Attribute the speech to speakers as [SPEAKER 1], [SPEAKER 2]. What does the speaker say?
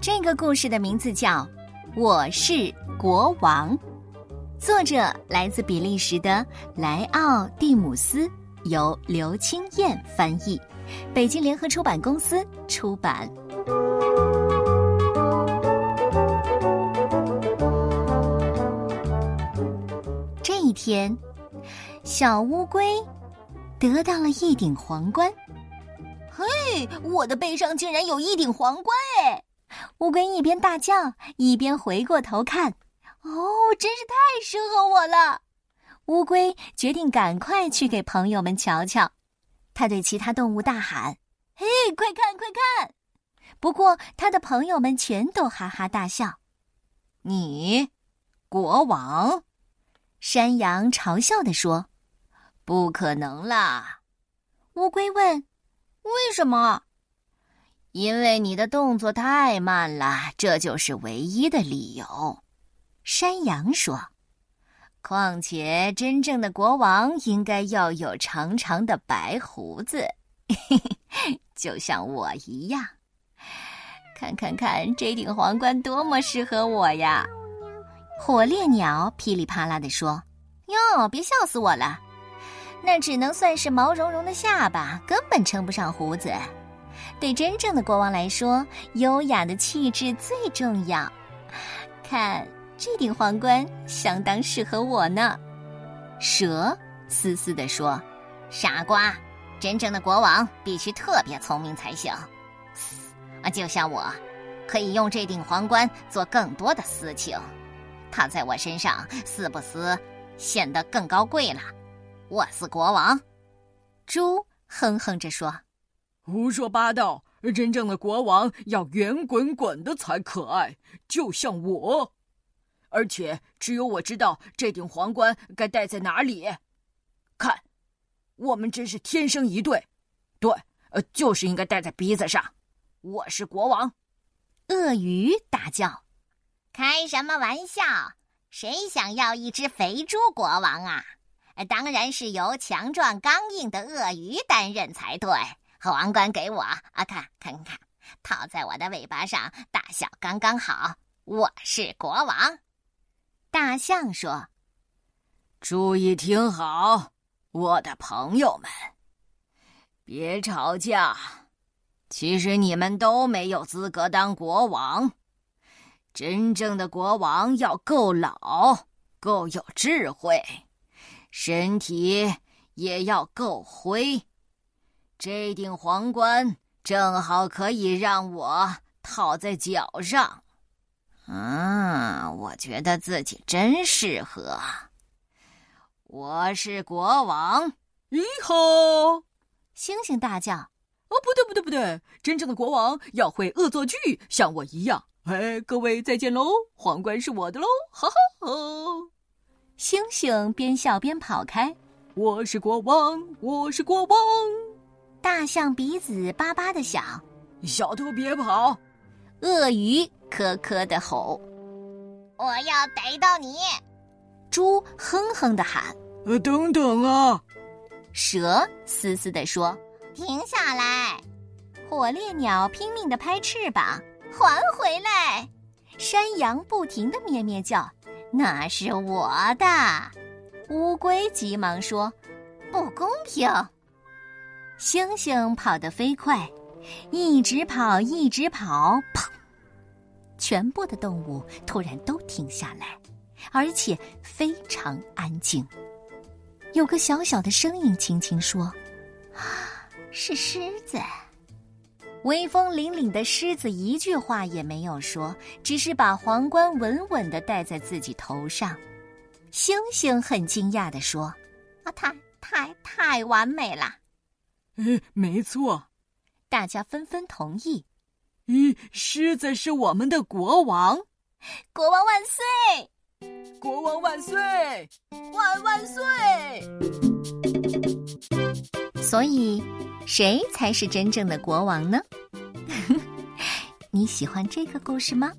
[SPEAKER 1] 这个故事的名字叫《我是国王》，作者来自比利时的莱奥蒂姆斯，由刘清燕翻译，北京联合出版公司出版。这一天，小乌龟得到了一顶皇冠。嘿，我的背上竟然有一顶皇冠哎！乌龟一边大叫，一边回过头看。哦，真是太适合我了！乌龟决定赶快去给朋友们瞧瞧。它对其他动物大喊：“嘿，快看，快看！”不过，它的朋友们全都哈哈大笑。你，国王？山羊嘲笑地说：“不可能啦！”乌龟问：“为什么？”因为你的动作太慢了，这就是唯一的理由。”山羊说。“况且，真正的国王应该要有长长的白胡子， 就像我一样。看看看，这顶皇冠多么适合我呀！”火烈鸟噼里啪啦地说：“哟，别笑死我了，那只能算是毛茸茸的下巴，根本称不上胡子。”对真正的国王来说，优雅的气质最重要。看，这顶皇冠相当适合我呢。蛇嘶嘶地说：“
[SPEAKER 2] 傻瓜，真正的国王必须特别聪明才行。嘶啊，就像我，可以用这顶皇冠做更多的私情。它在我身上似不似显得更高贵了？我是国王。
[SPEAKER 1] 猪哼哼着说。”
[SPEAKER 3] 胡说八道！真正的国王要圆滚滚的才可爱，就像我。而且只有我知道这顶皇冠该戴在哪里。看，我们真是天生一对。对，呃，就是应该戴在鼻子上。我是国王。
[SPEAKER 1] 鳄鱼大叫：“
[SPEAKER 2] 开什么玩笑！谁想要一只肥猪国王啊？当然是由强壮刚硬的鳄鱼担任才对。”皇冠给我啊！看，看，看，套在我的尾巴上，大小刚刚好。我是国王。
[SPEAKER 1] 大象说：“
[SPEAKER 3] 注意听好，我的朋友们，别吵架。其实你们都没有资格当国王。真正的国王要够老，够有智慧，身体也要够灰。”这顶皇冠正好可以让我套在脚上，
[SPEAKER 2] 啊，我觉得自己真适合。
[SPEAKER 3] 啊我是国王，咦吼！
[SPEAKER 1] 星星大叫：“
[SPEAKER 3] 哦，不对，不对，不对！真正的国王要会恶作剧，像我一样。”哎，各位再见喽，皇冠是我的喽，哈哦哈哈！
[SPEAKER 1] 星星边笑边跑开。
[SPEAKER 3] 我是国王，我是国王。
[SPEAKER 1] 大象鼻子叭叭的响，
[SPEAKER 3] 小偷别跑！
[SPEAKER 1] 鳄鱼咯咯的吼，
[SPEAKER 2] 我要逮到你！
[SPEAKER 1] 猪哼哼的喊，
[SPEAKER 3] 呃，等等啊！
[SPEAKER 1] 蛇嘶嘶的说，
[SPEAKER 2] 停下来！
[SPEAKER 1] 火烈鸟拼命的拍翅膀，
[SPEAKER 2] 还回来！
[SPEAKER 1] 山羊不停的咩咩叫，那是我的！乌龟急忙说，
[SPEAKER 2] 不公平！
[SPEAKER 1] 星星跑得飞快，一直跑，一直跑，砰！全部的动物突然都停下来，而且非常安静。有个小小的声音轻轻说：“
[SPEAKER 2] 啊，是狮子。”
[SPEAKER 1] 威风凛凛的狮子一句话也没有说，只是把皇冠稳稳的戴在自己头上。星星很惊讶的说：“
[SPEAKER 2] 啊，太太太完美了！”
[SPEAKER 3] 嗯，没错，
[SPEAKER 1] 大家纷纷同意。
[SPEAKER 3] 咦，狮子是我们的国王，
[SPEAKER 2] 国王万岁！
[SPEAKER 3] 国王万岁！
[SPEAKER 2] 万万岁！
[SPEAKER 1] 所以， 谁才是真正的国王呢？你喜欢这个故事吗？